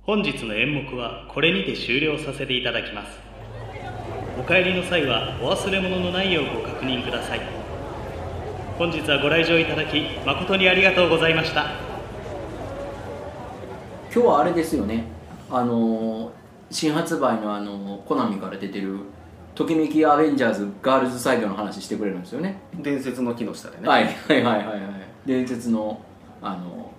本日の演目はこれにて終了させていただきますお帰りの際はお忘れ物のないようご確認ください本日はご来場いただき誠にありがとうございました今日はあれですよねあのー新発売のあのーコナミから出てる「ときめきアベンジャーズガールズサイド」の話してくれるんですよね伝説の木の下でね、はいはいはいはいはい伝説のあのー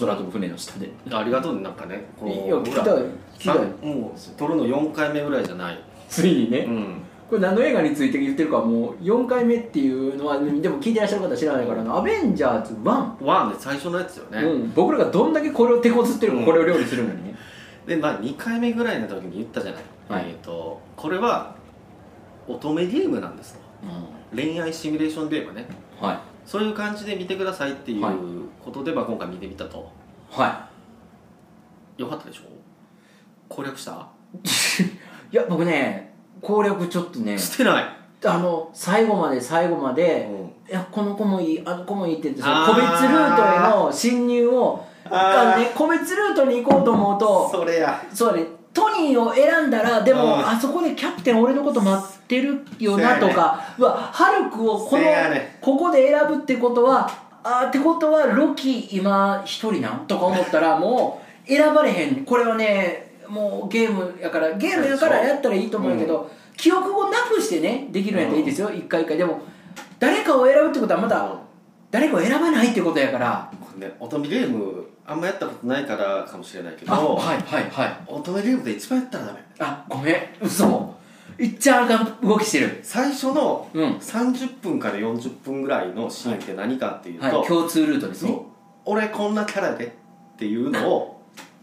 空飛ぶ船の下でありがとうねなんかねこういや僕ら来たよ来たよさもう撮るの4回目ぐらいじゃないついにね、うんこれ何の映画について言ってるかもう4回目っていうのはでも聞いてらっしゃる方は知らないからあのアベンジャーズ1」ワンで最初のやつよね、うん、僕らがどんだけこれを手こずってるか、うんこれを料理するのにねでまあ2回目ぐらいの時に言ったじゃない、はいえっ、とこれは乙女ゲームなんですと恋愛シミュレーションゲームねはいそういう感じで見てくださいっていはいうことで、まあ、今回見てみたとはよかったでしょ攻略した いいや僕ね攻略ちょっとねしてない、あの最後まで最後まうで、んいやこの子もいいあの子もいいって言ってそのあ個ー別ルートへの侵入をあーあのね個別ルートに行こうと思うとそれやそうだねトニーを選んだらでもうんあそこでキャプテン俺のこと待ってるよなとせやか、うわハルクをこのせやねここで選ぶってことはあーってことはロキ今一人なんとか思った らもう選ばれへんこれはねもうゲームやからゲームやからやったらいいと思うんやけど、記憶をなくしてねできるんやったらいいですよ、一回一回でも誰かを選ぶってことはまうだん誰かを選ばないってことやからこれね乙女ゲームあんまやったことないからかもしれないけどあはいはいはい乙女ゲームで一番やったらダメあごめん嘘いっちゃあかん動きしてる最初のうん30分から40分ぐらいのシーンって何かっていうと、はい共通ルートですそうね俺こんなキャラでっていうのを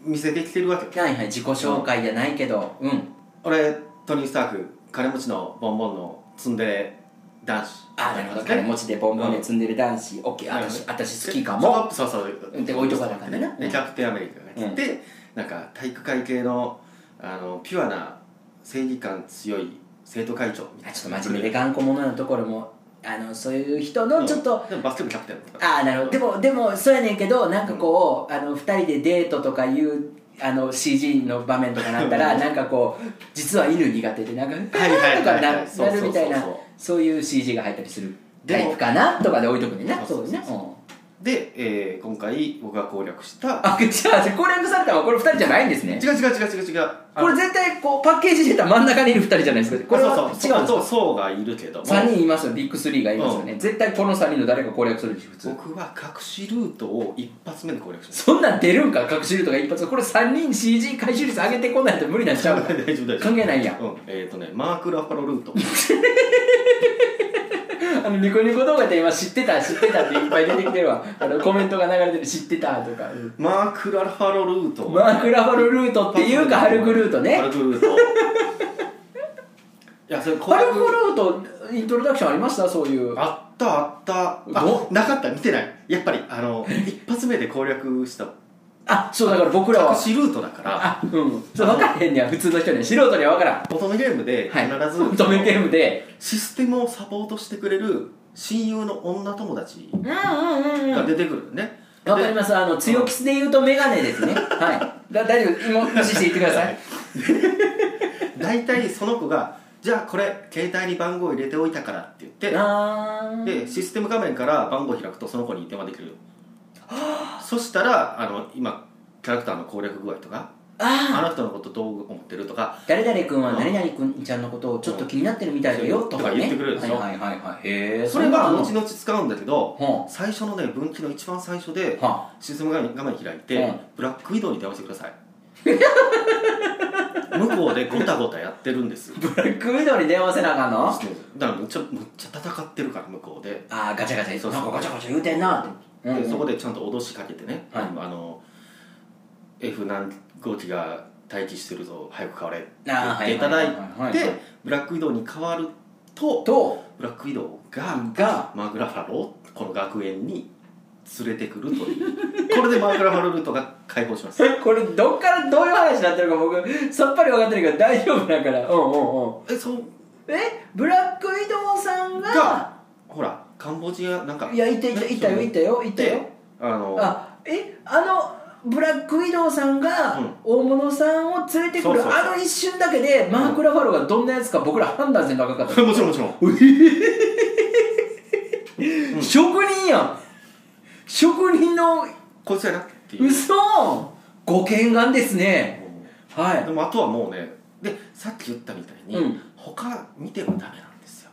見せてきてるわけはいはい自己紹介じゃないけどうん俺トニー・スターク金持ちのボンボンのツンデレ男子あなるほど金持ちでボンボンで積んでる男子、オッケーはい私私好きかもそうそうそうで置いとかなあかんねんなでキャプテンアメリカがね、うんでなんか体育会系のあのピュアな正義感強い生徒会長みあたいなちょっと真面目で頑固者のところもあのそういう人のちょっと、でもバスケ部キャプテンだったああなるほどでもでもそうやねんけどなんかこう、あの2人でデートとかいうあの CG の場面とかなったらなんかこう実は犬苦手でなんか「はいはいはいはい とかなそなうそうそうるそうみたいなそういう CG が入ったりするでタもイプかなとかで置いとくねんなそそううそうねそうそうで、えー今回僕が攻略したあじゃあ攻略されたのはこれ2人じゃないんですね違う違う違う違う違うあこのれ絶対こうパッケージで言ったら真ん中にいる2人じゃないですかこれは違うんあでそすうそうかそうそうがいるけども3人いますよビッグ3がいますよね、絶対この3人の誰か攻略するでしょ普通僕は隠しルートを一発目で攻略しますそんなん出るんか隠しルートが一発これ3人 CG 回収率上げてこないと無理なんちゃう か大丈夫大丈関係ないやん夫うんえっ、ー、とねマーク・ラファロルートあのニコニコ動画で今知ってた知ってたっていっぱい出てきてるわあのコメントが流れてる知ってたとか、マーク・ラファロルートマーク・ラファロルートっていうかハルクルートハねルクルートいやそれ攻ハルク略ルートイントロダクションありましたそういうあったあったあどなかった見てないやっぱりあの一発目で攻略したあそうだから僕ら隠はしルートだからあうんそう分からへんねや普通の人には素人には分からん乙女ゲームで必はいず、止めゲームでシステムをサポートしてくれる親友の女友達うんうんが出てくるよね、わかりますあの強キスで言うとメガネです ねはいだ大丈夫もう無視して言ってください大体その子が「じゃあこれ携帯に番号入れておいたから」って言っあーてでシステム画面から番号を開くとその子に電話できるよそしたらあの今キャラクターの攻略具合とかああの人のことどう思ってるとかー誰々君は何々君ちゃんのことをちょっと気になってるみたいだようんとかね言ってくれるでしょはいはいはいはいへえそれは後々使うんだけどは最初のね分岐の一番最初ではシステム画面画面開いて、うんブラックウィドウに電話してください 向こうでゴタゴタやってるんですブラックウィドウに電話せなあかんのあだからむっちゃむっちゃ戦ってるから向こうでーガチャガチャそうそなうんかガチャガチャ言うてんなってでうんうんそこでちゃんと脅しかけてね、はいあの F 何号機が待機してるぞ早く変われって言あーっはていいただいはいはいはいてブラックウィドウに変わるととブラックウィドウががマグラファロをこの学園に連れてくるというこれでマグラファロルートが解放し ますこれどっからどういう話になってるか僕さっぱり分かってるけど大丈夫だからうんうんうんえそうえブラックウィドウさんががほらカンボジアなんかいやいたいたいたよいたよいたよであのあえあのブラックウィドウさんがうん大物さんを連れてくる、そうそうそうあの一瞬だけでマーク・ラファローがどんなやつか僕ら判断せんとあかんか った、 もちろんもちろん職人やん職人のこいつやなっていう嘘ご見眼ですねはでいもあとはもうねでさっき言ったみたいに、うん他見てはダメなんですよ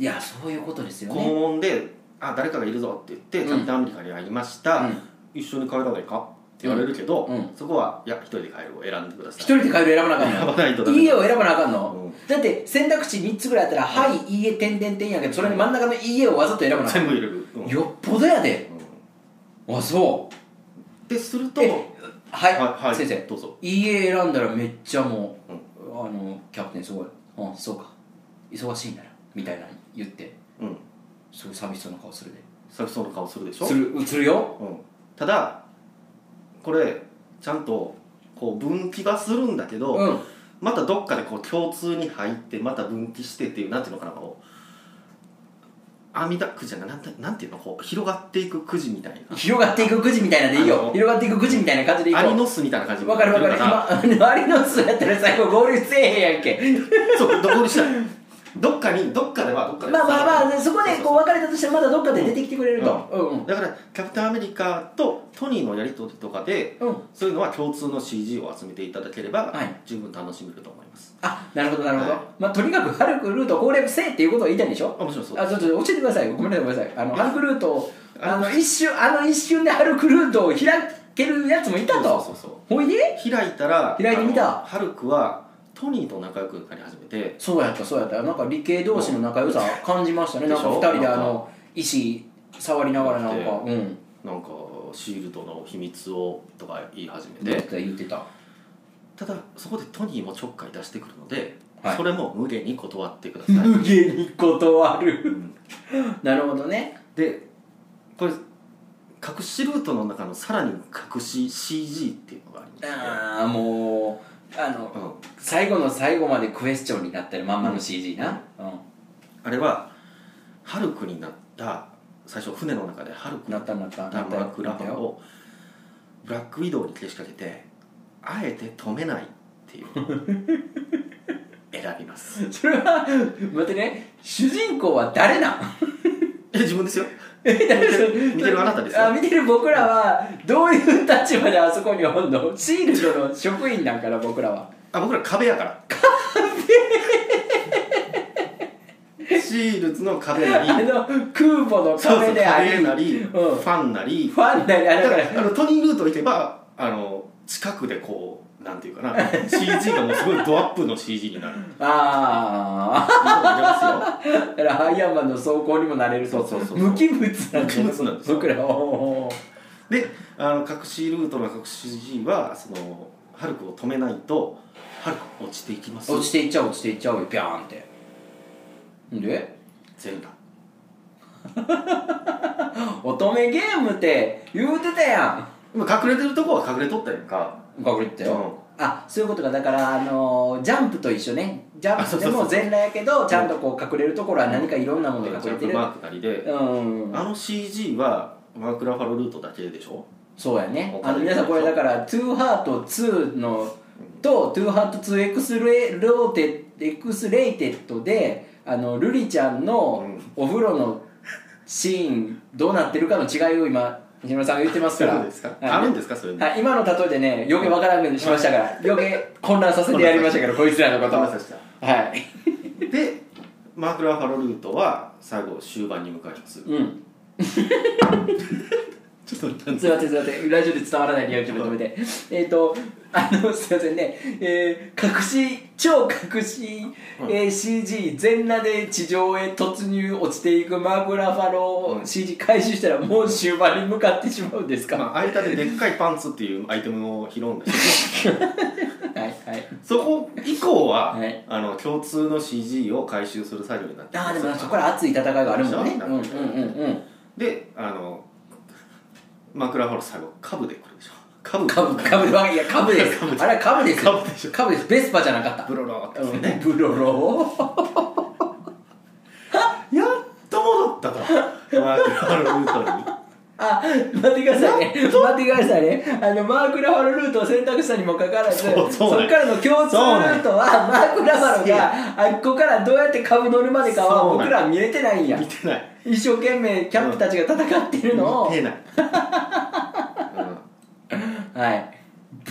いやそういうことですよ拷ね問で「あ誰かがいるぞ」って言ってう「んキャプテンアメリカに会いました、うん一緒に帰らないか?」って言われるけど、うんうんそこは「いや一人で帰る」を選んでください一人で帰る選ばなあかん選のばないとダメ家を選ばなあかんの、うんだって選択肢3つぐらいあったら「はいいいえ点々点」やけどそれに真ん中の「いいえ」をわざと選ばなあか全ん部入れる、うんよっぽどやでうあそうんでするとえはい、はいはい先生どうぞいいえ選んだらめっちゃもう、うあんのキャプテンすごいあそうか忙しいんだなみたいなの言ってうんすごい寂しそうな顔するで寂しそうな顔するでしょするするようん、ただこれちゃんとこう分岐はするんだけど、うんまたどっかでこう共通に入ってまた分岐してっていうなんていうのかなこう網だくじじゃないなんてなんていうのこう広がっていくくじみたいな広がっていくくじみたいなんでいいあよの広がっていくくじみたいな感じでいこアリうの巣みたいな感じわかるわかるだら今あのアリの巣やったら最後合流せえへんやんけそうどこにしたいどっかにどっかではどっかでまあまあまあそこでこう別れたとしてもまだどっかで出てきてくれるとうんうんだからキャプテンアメリカとトニーのやり取りとかでうんそういうのは共通の CG を集めていただければ、はい十分楽しめると思いますあなるほどなるほはいどまあとにかくハルクルートを攻略せえっていうことを言いたいんでしょあもちろんそうあちょっと教えてくださいごめんなさいごめんなさいあのハルクルートをああの一瞬あの一瞬でハルクルートを開けるやつもいたとそうそうそうほいでそう開いたら開いてみたあのハルクはトニーと仲良くなり始めてそうやったそうやったなんか理系同士の仲良さ感じましたねでなしんょか二人であなんの石触りながらなんでかうんなんかシールドの秘密をとか言い始め言っててた言ってたただそこでトニーもちょっかい出してくるので、はいそれも無限に断ってください、無限に断るうんなるほどねでこれ隠しルートの中のさらに隠し CG っていうのがありましてああもうあのうん最後の最後までクエスチョンになってるまんまの CG なうあれはハルクになった最初船の中でハルクんなったなったなったブラックラなっフたァーよをブラックウィドウにけしかけてあえて止めないっていう のを選びますそれは待ってね主人公は誰なんえ自分ですよえ誰それ見てるあなたですよあ見てる僕らはどういう立場であそこにおんのシールドの職員なんから僕らはあ僕ら壁やから壁シールズの壁なりあのクーポのそうそ壁うであり壁なり、フうんァンなりファンなりあだだかかららあのトニー・ルート行けばあの近くでこうなんていう かな CG がもうすごいドアップの CG になるああいだからアイアンマンの走行にもなれるとそうそうそう無機物なんだよ無機物なんですよ僕らはおーいであの隠しルートの隠し CG はそのハルクを止めないとハルク落ちていきます落ちていっちゃう落ちていっちゃうよピャーンってんで全裸乙女ゲームって言うてたや今隠れてるとこは隠れとったやんかん隠れてたよ、あそういうことかだから、あのージャンプと一緒ねジャあンそうプでそうそうも全裸やけどちゃんとこう隠れるところは何かいろんなものでジ隠ャれンてプるマークなりで、うんあの CG はマーク・ラファロルートだけでしょそうやね他あにの皆さんこれだから「トゥーハート2」のと「トゥーハート 2X レイローテ X レイテッドで」あのルリちゃんのお風呂のシーンどうなってるかの違いを今西村さんが言ってますからそうですかはいあるんですかそういうのはい、今の例えでね余計わからなくしましたから余計混乱させてやりましたけ どこいつらのこと混は乱させはいでマーク・ラファロルートは最後終盤に向かいます、うんちょっと待ってすいませんすいませんラジオで伝わらないリアクションまとめて えっ、とあのすいませんねえー、隠し超隠し、えー CG 全裸で地上へ突入落ちていくマーク・ラファロー CG 回収したらもう終盤に向かってしまうんですか、まあ、間ででっかいパンツっていうアイテムを拾うんだけどはいはいそこ以降は、はいあの共通の CG を回収する作業になってああでもそこかれら熱い戦いがあるもんねそううんうんうんうんであの枕ファロ最後カブで来るでしょカブ株株いや株です株ですあれは株です株でしょ株ですベスパじゃなかったブロローってうん来てね、ブロロやっと戻ったとマークラファロルートにあ待ってくださいね待ってくださいねあのマーク・ラファルルートを選択したにもかかわらずそうそうっからの共通ルートはマーク・ラファルがあっこからどうやって株乗るまでかはそうなん僕らは見えてないんや見てない一生懸命キャンプたちが戦ってるのを、見てない、はい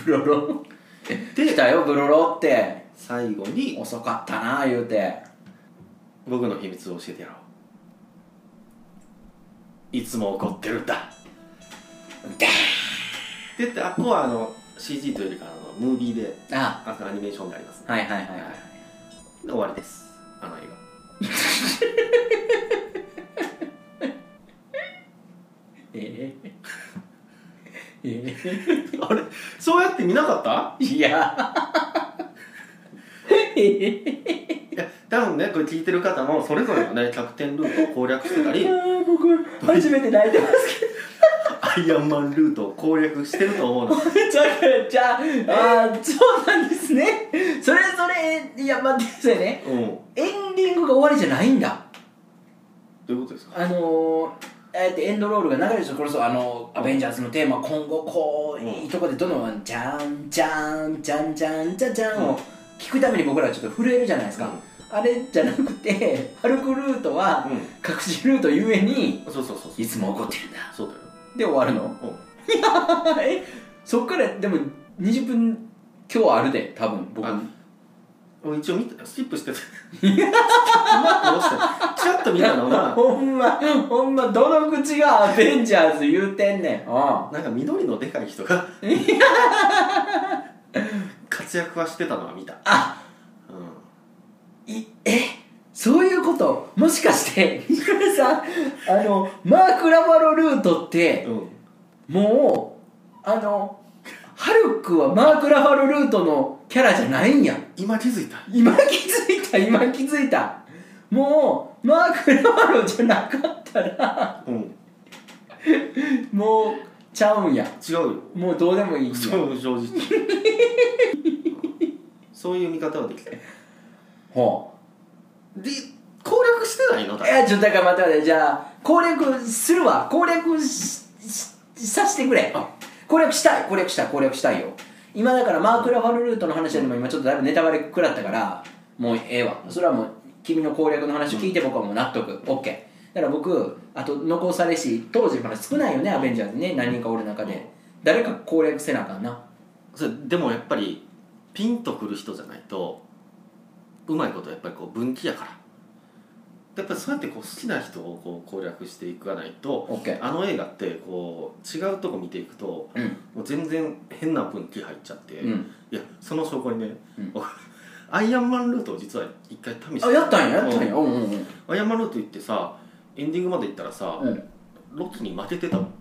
ブロロうん来でたよブロロって最後に遅かったな言うて僕の秘密を教えてやろういつも怒ってるんだでってあっこはあの CG というよりかあのムービーでああのアニメーションでありますね、はいはいはいはいで終わりですあの映画えええあれそうやって見なかったえいや ええいや多分ねこれ聞いてる方もそれぞれの ね100点ルートを攻略してたりあー僕初めて泣いてますけアイアンマンルートを攻略してると思うのどじゃあじゃああーそうなんですねそれぞれいや待ってくださいねうんどエンディングが終わりじゃないんだういうことですかあのー、あえてエンドロールが流れるでしょこれそうあの「アベンジャーズ」のテーマ今後こううんいいとこでどの「じゃんじゃんじゃんじゃんじゃんじゃん」を聞くために僕らはちょっと震えるじゃないですか、あれじゃなくて 歩くルートはうん、隠しルートゆえにそうそうそうそういつも怒ってるんだそうだよで終わるのう んえそっからでも20分今日はあるで多分僕あも俺一応見たスキップしてたスキップはどうしたちらっと見たのがほんまほんまどの口がアベンジャーズ言うてんねんうんなんか緑のでかい人 が活躍はしてたのは見たあういえそういうこともしかして三浦さんあのマーク・ラバロルートってん、うん、もうあのハルクはマーク・ラバロルートのキャラじゃないんや今気づいた今気づいた今気づいたもうマーク・ラバロじゃなかったらうん違もうちゃうんやうよもうどうでもいいんやそう正直そういう見方はできたでほ攻略してないのうだいやちょっとだから待って待ってじゃあ攻略するわ攻略ししさせてくれ攻略したい攻略したい攻略したいよ今だからマーク・ラファルルートの話よりも今ちょっとだいぶネタバレ食らったからもうええわそれはもう君の攻略の話を聞いて僕はもう納得 OK だから僕あと残されし当時まだ少ないよねアベンジャーズね何人かおる中で誰か攻略せなあかんなそれでもやっぱりピンとくる人じゃないとうまいことやっぱりこう分岐やからやっぱりそうやってこう好きな人をこう攻略していかないと OK あの映画ってこう違うとこ見ていくともうんう全然変な分岐入っちゃって、ういんやその証拠にね、うん僕 アイアンマンルートを実は一回試してあやったんややったんやううんうんうんアイアンマンルート行ってさエンディングまで行ったらさ、うんロキに負けてたもん